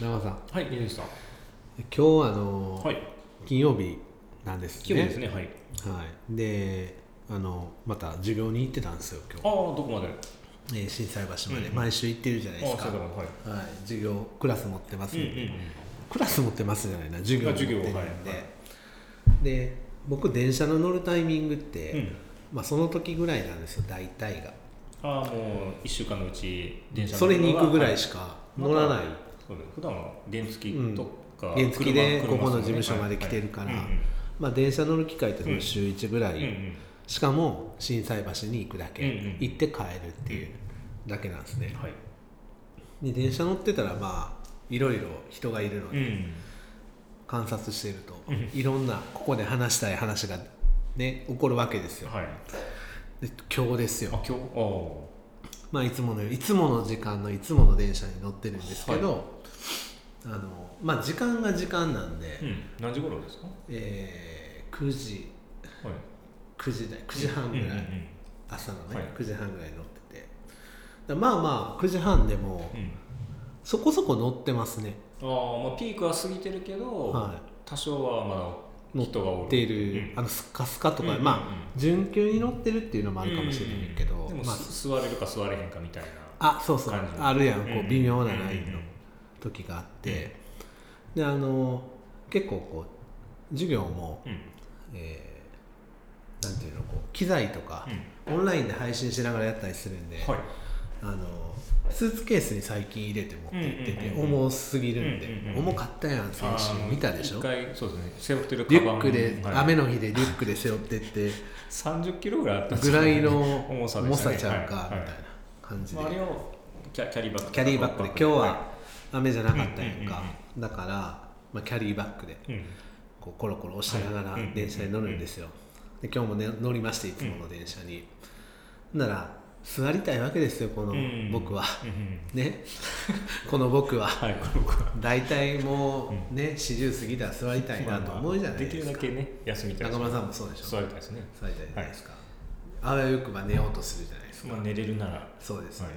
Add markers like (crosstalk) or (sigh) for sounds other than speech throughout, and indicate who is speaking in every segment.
Speaker 1: 長尾さん
Speaker 2: はい、宮内さん。
Speaker 1: 今日あの、
Speaker 2: はい。
Speaker 1: 金曜日なんですね
Speaker 2: 今日ですね、はい。
Speaker 1: はい、であのまた授業に行ってたんですよ今
Speaker 2: ああ、どこまで。
Speaker 1: 日、えー、震災橋まで
Speaker 2: うん
Speaker 1: 毎週行ってるじゃないです
Speaker 2: あ
Speaker 1: か、
Speaker 2: そうだもんはい。
Speaker 1: はい、授業クラス持ってますんで、
Speaker 2: うんうんうん
Speaker 1: クラス持ってますじゃないな授業持
Speaker 2: あ
Speaker 1: って
Speaker 2: 授
Speaker 1: る
Speaker 2: 業
Speaker 1: んで、
Speaker 2: はい
Speaker 1: で僕電車の乗るタイミングって、
Speaker 2: うん
Speaker 1: まあ、その時ぐらいなんですよ大体が
Speaker 2: ああ、もう一週間のうち電車
Speaker 1: それに行くぐらい
Speaker 2: し
Speaker 1: しか乗らない、
Speaker 2: そうです。普段は原付
Speaker 1: うん
Speaker 2: とか、
Speaker 1: 原付で
Speaker 2: 車
Speaker 1: ここの事務所まで来てるから、
Speaker 2: はいはい
Speaker 1: まあ、電車乗る機会ってその週1ぐらい、
Speaker 2: うんうんうん
Speaker 1: しかも心斎橋に行くだけ、
Speaker 2: うんうん
Speaker 1: 行って帰るっていうだけなんです
Speaker 2: うん
Speaker 1: ね
Speaker 2: はい。
Speaker 1: で電車乗ってたらまあいろいろ人がいるの
Speaker 2: う
Speaker 1: で、
Speaker 2: ん。
Speaker 1: 観察してるといろんなここで話したい話がね起こるわけですよ
Speaker 2: はい。あ、
Speaker 1: で今日です
Speaker 2: 今
Speaker 1: よ
Speaker 2: 日。ああ。
Speaker 1: まあいつものいつもの時間のいつもの電車に乗ってるんですけど、あのまあ時間が時間なんで、
Speaker 2: うん。何時頃ですか。は
Speaker 1: えー9時
Speaker 2: い。
Speaker 1: 9時台9時半ぐらい、
Speaker 2: うんうんうん
Speaker 1: 朝のね、
Speaker 2: はい
Speaker 1: 9時半ぐらい乗っててだまあまあ9時半でも
Speaker 2: うん。
Speaker 1: そこそこ乗ってますね
Speaker 2: ああ、まあピークは過ぎてるけど、
Speaker 1: は
Speaker 2: 多少はまだ
Speaker 1: 乗
Speaker 2: 人がお
Speaker 1: っ
Speaker 2: る。
Speaker 1: ている、
Speaker 2: うん
Speaker 1: あのスッカスカとか、
Speaker 2: うんうんうん
Speaker 1: まあ準急に乗ってるっていうのもあるかもしれないけど、
Speaker 2: うんうんうんでも、
Speaker 1: まあ、
Speaker 2: す座れるか座れへんかみたいな。
Speaker 1: あそうそう
Speaker 2: 感じ
Speaker 1: あるやんこ
Speaker 2: うんう
Speaker 1: うん微妙なライ
Speaker 2: うんう
Speaker 1: ン
Speaker 2: ん
Speaker 1: の
Speaker 2: うん
Speaker 1: 時があって、であの結構こう授業も、
Speaker 2: うん。
Speaker 1: えーなんていうのこう機材とか、オンラインで配信しながらやったりするんで、
Speaker 2: はい。
Speaker 1: あのスーツケースに最近入れて持って行ってて、
Speaker 2: うんうんうんうん
Speaker 1: 重すぎるんで、
Speaker 2: うんうんうん
Speaker 1: 重かったやん先
Speaker 2: あ
Speaker 1: 週
Speaker 2: の
Speaker 1: 見たでしょ
Speaker 2: 一回そうですね背負ってる
Speaker 1: リ
Speaker 2: カ
Speaker 1: ュ
Speaker 2: バ
Speaker 1: ッ
Speaker 2: ン
Speaker 1: クで、
Speaker 2: はい
Speaker 1: 雨の日でリュックで背負ってっ
Speaker 2: (laughs)
Speaker 1: て
Speaker 2: 30キロぐらいあったんです
Speaker 1: ぐ
Speaker 2: よ
Speaker 1: ら
Speaker 2: ね
Speaker 1: いの重
Speaker 2: 重さでした
Speaker 1: さ
Speaker 2: ね
Speaker 1: ちゃうか
Speaker 2: は
Speaker 1: みた
Speaker 2: い
Speaker 1: い
Speaker 2: はい
Speaker 1: な感じで、
Speaker 2: まああれをキャキャリーバッグ
Speaker 1: キャリーバッグで今日は雨じゃなかったやんか、
Speaker 2: うんうんうん
Speaker 1: だから、まあ、キャリーバッグで
Speaker 2: いうん
Speaker 1: こうコロコロ押しながら
Speaker 2: はい
Speaker 1: 電車に乗るんですよ、で今日も、ね、乗りましていつもの電車に、なら座りたいわけですよこの
Speaker 2: うん
Speaker 1: 僕は、
Speaker 2: うんうん
Speaker 1: ね (laughs) この僕は
Speaker 2: はいこの子は
Speaker 1: 大体もうね、40過ぎたら座りたいなと思うじゃない
Speaker 2: でき
Speaker 1: で
Speaker 2: る
Speaker 1: す
Speaker 2: だ
Speaker 1: か
Speaker 2: けね休みたい
Speaker 1: 中村さんもそうでしょ
Speaker 2: そうやりたいですね
Speaker 1: 座りたいじゃないですか、あわよくば寝ようとするじゃないですか、
Speaker 2: まあ寝れるなら
Speaker 1: そうですよね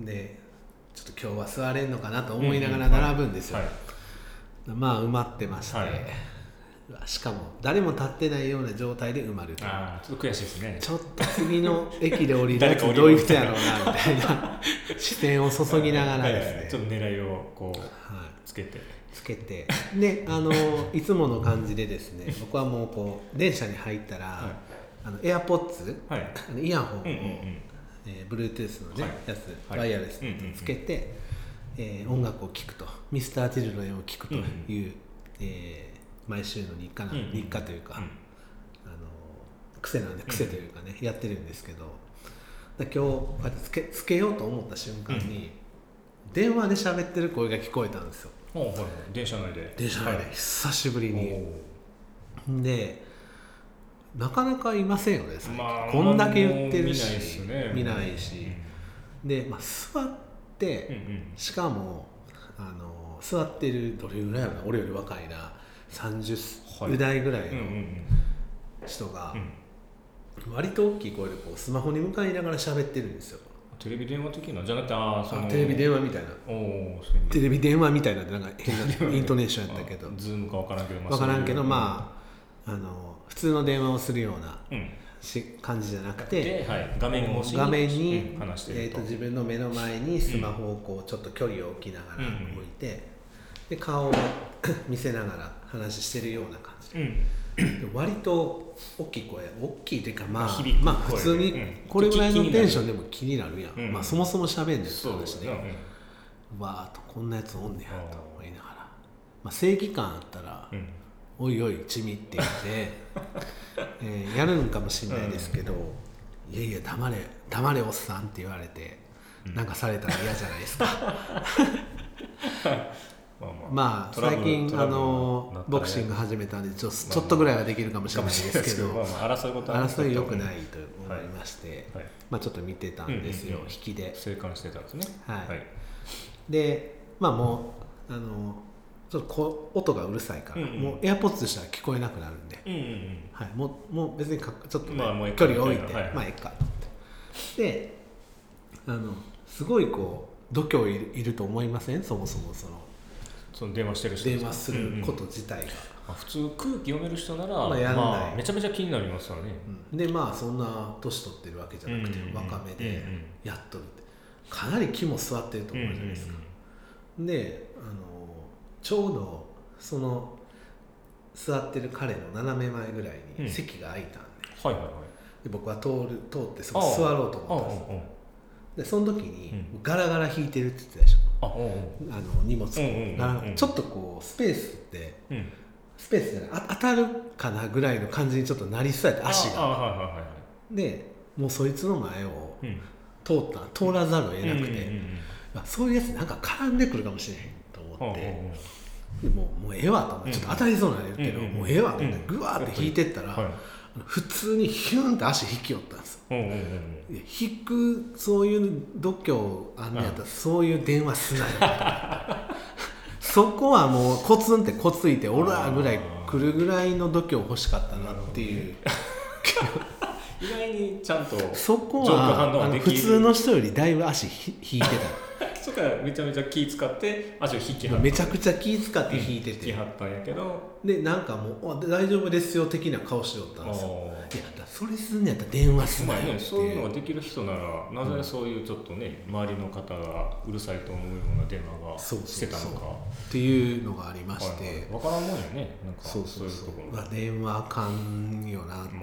Speaker 2: は、
Speaker 1: でちょっと今日は座れんのかなと思いながら並ぶんですよ、
Speaker 2: はい
Speaker 1: まあ埋まってまして、
Speaker 2: はいう
Speaker 1: わしかも誰も立ってないような状態で埋まると
Speaker 2: ああちょっと悔しいですね
Speaker 1: ちょっと次の駅で降りるや
Speaker 2: (laughs) 誰
Speaker 1: つ
Speaker 2: か降りる
Speaker 1: どういう人やろうなみたいな視点を注ぎながら
Speaker 2: はいはい
Speaker 1: で
Speaker 2: ち
Speaker 1: す
Speaker 2: ょっ
Speaker 1: ね、
Speaker 2: と狙いをこう
Speaker 1: はい、
Speaker 2: つけて
Speaker 1: つけてであのいつもの感じでですね
Speaker 2: (laughs)
Speaker 1: 僕はもうこう電車に入ったら、
Speaker 2: はい
Speaker 1: あのエアポッツ
Speaker 2: はい
Speaker 1: イヤホンを、
Speaker 2: うんうんうん
Speaker 1: えー Bluetooth のね、
Speaker 2: はい
Speaker 1: やつ、
Speaker 2: はい
Speaker 1: ワイヤレスのや
Speaker 2: うんうんうん
Speaker 1: つつけて、えー音楽を聴くと Mr.Children を聴くという、
Speaker 2: うん
Speaker 1: えー毎週の日課な、
Speaker 2: うんうん
Speaker 1: 日課というか、
Speaker 2: うん
Speaker 1: あの癖なんで癖というかね、やってるんですけどだから今日こうやってつけつけようと思った瞬間に、電話で喋ってる声が聞こえたんですよ
Speaker 2: おうはい電車内で
Speaker 1: 電車内で、
Speaker 2: はい
Speaker 1: 久しぶり
Speaker 2: お
Speaker 1: に。
Speaker 2: う
Speaker 1: でなかなかいませんよね、最近
Speaker 2: まあ
Speaker 1: こんだけ言ってるし
Speaker 2: 見ないですね
Speaker 1: 見ないしで、まあ、座って、
Speaker 2: うんうん
Speaker 1: しかもあの座ってるどれぐらいやろな俺より若いな
Speaker 2: はい
Speaker 1: 30代ぐらい
Speaker 2: うんうんう
Speaker 1: の
Speaker 2: ん
Speaker 1: 人が
Speaker 2: うん
Speaker 1: 割と大きい声でこうスマホに向かいながら喋ってるんですよ
Speaker 2: テレビ電話的なじゃなくてああその
Speaker 1: テレビ電
Speaker 2: 話
Speaker 1: 話みたいな
Speaker 2: おおそういう
Speaker 1: テレビ電話みたいなんでなんか変
Speaker 2: (laughs)
Speaker 1: なイントネーションやったけど
Speaker 2: あズームか分からんけど
Speaker 1: 分からんけど
Speaker 2: あ
Speaker 1: まああの普通の電話をするような
Speaker 2: そういううん
Speaker 1: し感じじゃなくて
Speaker 2: で、はい、画面越しに
Speaker 1: 画面に、
Speaker 2: うん話して
Speaker 1: え
Speaker 2: る
Speaker 1: ー、
Speaker 2: と,、
Speaker 1: と自分の目の前にスマホをこうちょっと距離を置きながら
Speaker 2: うん
Speaker 1: 置いて、で顔を (coughs) 見せながら話してるような感じ
Speaker 2: うん
Speaker 1: で割と大きい声大きいというかまあ
Speaker 2: 響く声
Speaker 1: まあ普通に
Speaker 2: うん
Speaker 1: これぐらいの
Speaker 2: 気になる
Speaker 1: テンションでも気になるやん、
Speaker 2: うん
Speaker 1: まあ、そもそも喋んねん
Speaker 2: そうですね、
Speaker 1: わーっとこんなやつおんねやと思いながら、まあ、正義感あったら「
Speaker 2: うんうん
Speaker 1: おいおいちみ」って言って、 (laughs) えーやるんかもしれないですけど「いやいや黙れ黙れおっさん」って言われて、なんかされたら嫌じゃないです
Speaker 2: (laughs)
Speaker 1: か
Speaker 2: まあまあ、
Speaker 1: まあ
Speaker 2: トラブ
Speaker 1: 最
Speaker 2: ル
Speaker 1: 近
Speaker 2: ト
Speaker 1: あ
Speaker 2: ラブルになった
Speaker 1: の
Speaker 2: ら
Speaker 1: ボクシング始めたんでちょ,、ちょっとぐらいはできるかもしれないですけど
Speaker 2: まあ、まあ争うことはなかった
Speaker 1: 争い良くないと思いまして、
Speaker 2: はい、
Speaker 1: まあ、ちょっと見てたんですよ、
Speaker 2: うんうんうん
Speaker 1: 引きで。
Speaker 2: 生還してたんですね
Speaker 1: はい
Speaker 2: はい
Speaker 1: でまあもうあのちょっとこう音がうるさいから、
Speaker 2: うんうん
Speaker 1: もうエアポッツしたら聞こえなくなるんで、
Speaker 2: うんうん
Speaker 1: はい、もうもう別にかちょっとね、
Speaker 2: まあもうええか
Speaker 1: 距離置い
Speaker 2: みた
Speaker 1: て、
Speaker 2: いなはいはい
Speaker 1: まあええかと思ってであのすごいこう度胸いるいると思いませんそもそもその
Speaker 2: その電話してる人です
Speaker 1: 電
Speaker 2: か
Speaker 1: 話するこ
Speaker 2: うんうん
Speaker 1: と自体が、
Speaker 2: まあ普通空気読める人なら、
Speaker 1: まあやんない
Speaker 2: まあめちゃめちゃ気になりますからね
Speaker 1: うんでまあそんな年取ってるわけじゃなくて、
Speaker 2: うんうんうん
Speaker 1: 若め
Speaker 2: う
Speaker 1: で
Speaker 2: んうん
Speaker 1: やっとるってかなり木も座ってると思うじゃないですか、であのちょうどその座ってる彼の斜め前ぐらいうに
Speaker 2: ん
Speaker 1: 席が空いたんで,、
Speaker 2: はいはいはい
Speaker 1: で僕は通る通ってそこ
Speaker 2: ああ
Speaker 1: 座ろうと
Speaker 2: あ
Speaker 1: 思ったんですよ
Speaker 2: うんうん
Speaker 1: でその時に、
Speaker 2: う
Speaker 1: ガラガラ引いてるって言ってたでしょ
Speaker 2: あうん
Speaker 1: あの荷物、
Speaker 2: うんうんうんうん
Speaker 1: ガラガラちょっとこうスペースって
Speaker 2: うんうん
Speaker 1: スペースじゃないあ当たるかなぐらいの感じにちょっとなりそうやって足
Speaker 2: ああ
Speaker 1: が
Speaker 2: はいはいはいは
Speaker 1: でもうそいつの前を
Speaker 2: いうん
Speaker 1: 通った通らざるを得なくて、
Speaker 2: うんうんうんうん
Speaker 1: あそういうやつなんか絡んでくるかもしれへんと思って、
Speaker 2: うんうんうん
Speaker 1: でもうもうええわと思ってちょっと当たりそうなんやけど、
Speaker 2: うんうん
Speaker 1: もうええわと思って
Speaker 2: うん
Speaker 1: ぐわーって引いてったら、
Speaker 2: はい
Speaker 1: 普通にヒュンって足引き寄ったんですよ
Speaker 2: うんうんうんうん
Speaker 1: いや引くそういう度胸あんねやったらそういう電話すなよそこはもうコツンってこついてオラーぐらい来るぐらいの度胸欲しかったなっていう
Speaker 2: 意外にちゃんと
Speaker 1: そこ
Speaker 2: ジョーク
Speaker 1: は
Speaker 2: 反応
Speaker 1: あ
Speaker 2: は
Speaker 1: の
Speaker 2: で
Speaker 1: 普
Speaker 2: きる
Speaker 1: 通の人よりだいぶ足ひ引い
Speaker 2: (laughs)
Speaker 1: て
Speaker 2: そっからめちゃめちゃ気使って足を引き張
Speaker 1: た
Speaker 2: っ
Speaker 1: めちゃくちゃ気使って引いて
Speaker 2: 引き
Speaker 1: て
Speaker 2: 張ったんやけど
Speaker 1: でなんかもうあ「大丈夫ですよ」的な顔しておったんですよ
Speaker 2: あ
Speaker 1: いや
Speaker 2: あ
Speaker 1: だからそれすんのやったら電話す
Speaker 2: ま
Speaker 1: な
Speaker 2: あ
Speaker 1: よってい
Speaker 2: ね、
Speaker 1: う
Speaker 2: そういうのができる人ならなぜそういうちょっとね周りの方がうるさいと思うような電話が
Speaker 1: そうそうそう
Speaker 2: してたのか
Speaker 1: っていうのがありまして、
Speaker 2: 分からんもんよねなんか
Speaker 1: そ
Speaker 2: そう
Speaker 1: うそう
Speaker 2: い
Speaker 1: そう
Speaker 2: うところ
Speaker 1: まあ、電話あかんよなって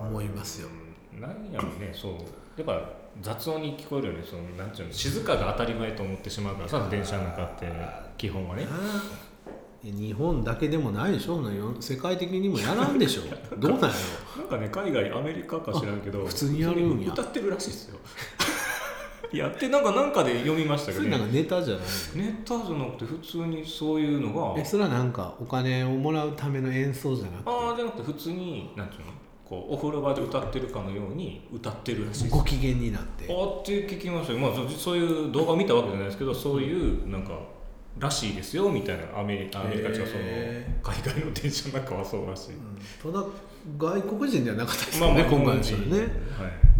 Speaker 1: 思いますよ、
Speaker 2: うんなんやろねそうやっぱ雑音に聞こえるよねそのなんていうの静かが当たり前と思ってしまうからさ電車の中って基本はね
Speaker 1: あー日本だけでもないでしょそんな世世界的にもやらんでしょ
Speaker 2: (laughs)
Speaker 1: どうなんや
Speaker 2: なんかね海外アメリカか知らんけど
Speaker 1: あ (laughs) 普通にやるんや
Speaker 2: 歌ってるらしいですよ (laughs) やってなんかなんかで読みました
Speaker 1: ろそ
Speaker 2: け
Speaker 1: れ
Speaker 2: ど
Speaker 1: なんか
Speaker 2: ね
Speaker 1: ネタじゃない
Speaker 2: ネタじゃなくて普通にそういうのが
Speaker 1: のえそれはなんかお金をもらうための演奏じゃなく
Speaker 2: ああじゃなくて普通になんていうのこうお風呂場で歌ってるかのように歌ってるらしい
Speaker 1: て
Speaker 2: ですあ
Speaker 1: ご機嫌になって
Speaker 2: ーって聞きましたよ、まあ、そそういう動画を見たわけじゃないですけどそういうなんからしいですよみたいなアメリカアメリカ違うその
Speaker 1: へ
Speaker 2: 海外の電車の中はそうらしい、
Speaker 1: うんただ外国人ではなかったです
Speaker 2: まあ
Speaker 1: よね、
Speaker 2: まあ
Speaker 1: 今回の人は
Speaker 2: はい
Speaker 1: ね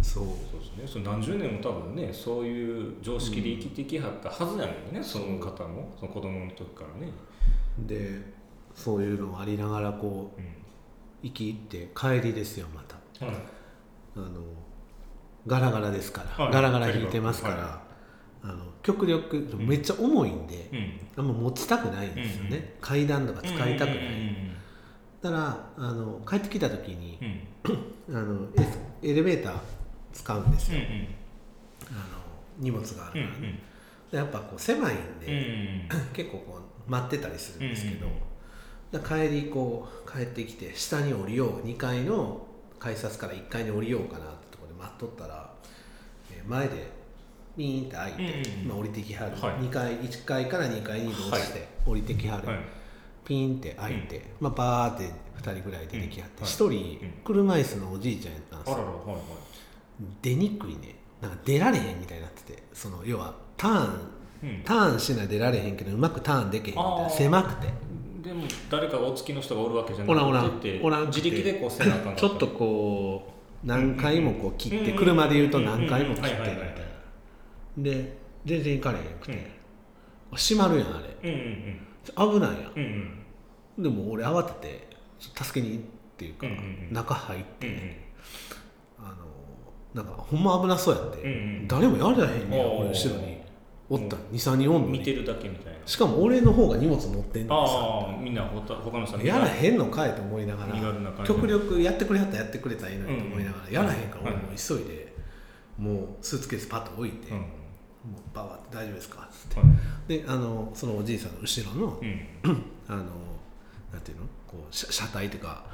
Speaker 1: そう
Speaker 2: そうですね、その何十年も多分ねそういう常識で生きてきはったはずやのにね、その方もその子供の時からね、
Speaker 1: でそういうのもありながらこう
Speaker 2: う
Speaker 1: 行き入って帰りですよまた
Speaker 2: んはい、
Speaker 1: あのガラガラですから、
Speaker 2: はい
Speaker 1: ガラガラ弾いてますから、
Speaker 2: は
Speaker 1: あの極力めっちゃ重いんで、
Speaker 2: うん
Speaker 1: あんま持ちたくないんですよね、
Speaker 2: うんうん
Speaker 1: 階段とか使いたくない、
Speaker 2: うん
Speaker 1: ただあの帰ってきた時に
Speaker 2: うんうんうん
Speaker 1: あのエエレベーター使うんです
Speaker 2: うん
Speaker 1: よ、あの荷物があ
Speaker 2: うんう
Speaker 1: るから、ね
Speaker 2: ん
Speaker 1: でやっぱこう狭いん
Speaker 2: うんうん
Speaker 1: で、結構こう待ってたりするんですけど、
Speaker 2: うんうん
Speaker 1: だから帰りこう帰ってきて下に降りよう2階の改札から1階に降りようかなってところで待っとったらえー前でピーンって開いて、
Speaker 2: うんうん
Speaker 1: まあ、降りてきはる、
Speaker 2: はい
Speaker 1: 2階1階から2階に移動して降りてきはる、
Speaker 2: はい
Speaker 1: ピーンって開いて、まあ、バーって2人ぐらい出てきはっ
Speaker 2: うん
Speaker 1: て、
Speaker 2: はい
Speaker 1: 一
Speaker 2: うん
Speaker 1: 人車椅子のおじいちゃんやったんで
Speaker 2: あ
Speaker 1: すよ
Speaker 2: ららはいはい
Speaker 1: 出にくいねなんか出られへんみたいになっててその要はターン
Speaker 2: うん
Speaker 1: ターンしないで出られへんけどうまくターンできへんみたい
Speaker 2: あ
Speaker 1: な
Speaker 2: ー
Speaker 1: 狭くて
Speaker 2: でも誰かお付きの人がおるわけじゃなくて
Speaker 1: おらんおらん
Speaker 2: って
Speaker 1: おらんくて
Speaker 2: 自力でこう背中
Speaker 1: ちょっとこう何回もこう切って車で言うと何回も切ってみたいなで全然行かれへんくて閉まるやんあれ
Speaker 2: うんうん
Speaker 1: 危ないや
Speaker 2: うんうんうん
Speaker 1: んでも俺慌ててちょっと助けにっていうか
Speaker 2: うんうんうん
Speaker 1: 中入っ
Speaker 2: うんう
Speaker 1: て
Speaker 2: ん
Speaker 1: あのなんかほんま危なそうやっ
Speaker 2: うんう
Speaker 1: て
Speaker 2: ん
Speaker 1: 誰もやられへんねや
Speaker 2: おー
Speaker 1: 俺後ろにおった23人おんの
Speaker 2: 見て
Speaker 1: に
Speaker 2: るだけみたいな
Speaker 1: しかも俺の方が荷物持ってんのにさ
Speaker 2: ああみんなほた他の人
Speaker 1: やらへんのかいと思いながら
Speaker 2: 身軽な感じ
Speaker 1: 極力やってくれはったらやってくれたらいいのにと思いながら、
Speaker 2: うん
Speaker 1: やらへんから
Speaker 2: は
Speaker 1: 俺
Speaker 2: い
Speaker 1: もう急いで、もうスーツケースパッと置いて、
Speaker 2: うん
Speaker 1: もうババって大丈夫ですかっつってであのそのおじいさんの後ろの、
Speaker 2: うん
Speaker 1: あのなんていうのこう車車体というか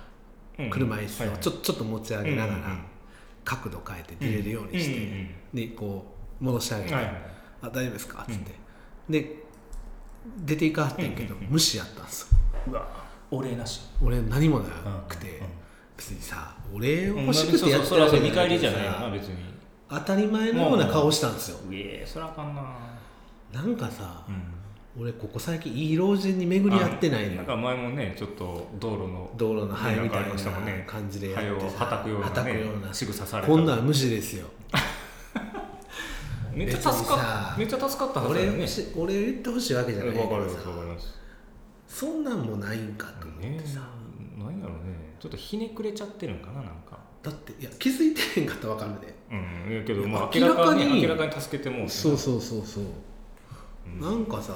Speaker 2: うん
Speaker 1: 車椅子をちょ,、
Speaker 2: っ
Speaker 1: ちょっと持ち上げながら、
Speaker 2: うんうんうん
Speaker 1: 角度変えて出れるようにして、でこう戻し上げて、
Speaker 2: はい
Speaker 1: あ大丈夫ですかっつって、で出ていかはってんけど、無視やったんですよ
Speaker 2: うわお礼なし
Speaker 1: 俺何もなくて、
Speaker 2: うんうん
Speaker 1: 別にさ俺を欲しくてやって
Speaker 2: そ
Speaker 1: る
Speaker 2: うそう
Speaker 1: わ
Speaker 2: そ
Speaker 1: け
Speaker 2: う見
Speaker 1: じゃな
Speaker 2: 返
Speaker 1: いけど
Speaker 2: りじゃないよ
Speaker 1: さ
Speaker 2: な別に
Speaker 1: 当たり前のような顔したんですよ、
Speaker 2: うえそらあかんな
Speaker 1: なんかさ
Speaker 2: う、ん
Speaker 1: 俺ここ最近いい老人に巡り合ってないの
Speaker 2: なん
Speaker 1: よ
Speaker 2: か前もねちょっと道路の
Speaker 1: 道路の灰みたい
Speaker 2: んかありましたもん
Speaker 1: な
Speaker 2: ね
Speaker 1: 感じでや
Speaker 2: 灰
Speaker 1: っ
Speaker 2: を
Speaker 1: て
Speaker 2: はたくようなね
Speaker 1: 叩くような
Speaker 2: 仕草された
Speaker 1: こんなんは無視ですよ
Speaker 2: めっちゃ助
Speaker 1: 別に
Speaker 2: か
Speaker 1: さ
Speaker 2: っめっちゃ助かったはずだ
Speaker 1: 俺
Speaker 2: よ
Speaker 1: を
Speaker 2: ね
Speaker 1: し俺を言ってほしいわけじゃない
Speaker 2: わか
Speaker 1: か
Speaker 2: る
Speaker 1: ら
Speaker 2: わ
Speaker 1: さ
Speaker 2: かります
Speaker 1: そんなんもないんかと思っ
Speaker 2: ね
Speaker 1: てさ、
Speaker 2: なんやろねちょっとひねくれちゃってるんかななんか
Speaker 1: だっていや気づいてへんかったらわかるで、
Speaker 2: うんいやけど
Speaker 1: いや
Speaker 2: まあ
Speaker 1: 明
Speaker 2: 明ら
Speaker 1: ら
Speaker 2: か
Speaker 1: か
Speaker 2: に
Speaker 1: に
Speaker 2: 明らかに助けてもうて
Speaker 1: そうそうそうそう、
Speaker 2: うん
Speaker 1: なんかさ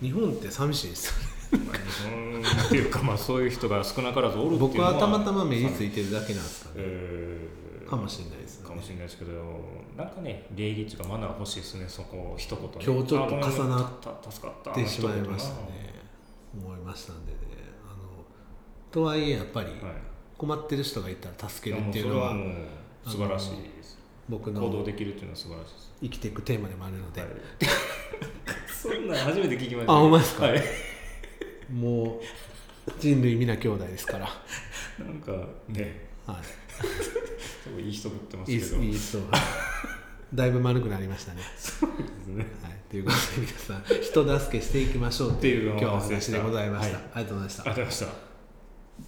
Speaker 1: 日本って寂しいですよね
Speaker 2: まあうんっていうかまあそういう人が少なからずおるっていうの
Speaker 1: 僕はたまたま目についてるだけなんですかね、
Speaker 2: えー
Speaker 1: かもしれないですよね
Speaker 2: かもしれないですけどなんかね礼儀っていうかマナー欲しいですねそこ一言ね
Speaker 1: 今日ちょっと重な
Speaker 2: あごめん助かった
Speaker 1: ってしまいましたね
Speaker 2: あの一
Speaker 1: 思いましたんでねあのとはいえやっぱり
Speaker 2: 言なはい
Speaker 1: 困ってる人がいたら助けるっていう
Speaker 2: い
Speaker 1: の
Speaker 2: や
Speaker 1: は
Speaker 2: もうそれはもう素晴らしいです
Speaker 1: 僕
Speaker 2: 行動
Speaker 1: の
Speaker 2: できるっていうのは素晴らしいです
Speaker 1: 生きていくテーマでもあるので、
Speaker 2: (laughs) そんなん初めて聞きました
Speaker 1: あほんまですか
Speaker 2: はい
Speaker 1: もう人類皆兄弟ですから、
Speaker 2: なんかね
Speaker 1: は
Speaker 2: すごいいい人ぶってます
Speaker 1: い、い
Speaker 2: け
Speaker 1: い
Speaker 2: ど
Speaker 1: そういいそう (laughs) だいぶ丸くなりましたね。
Speaker 2: ですね
Speaker 1: はい、ということで皆さん人助けしていきましょうという
Speaker 2: っていうお
Speaker 1: 今日はお
Speaker 2: 話でし
Speaker 1: 話
Speaker 2: た
Speaker 1: でございました。
Speaker 2: はい
Speaker 1: ありがとうございました
Speaker 2: ありがとうございました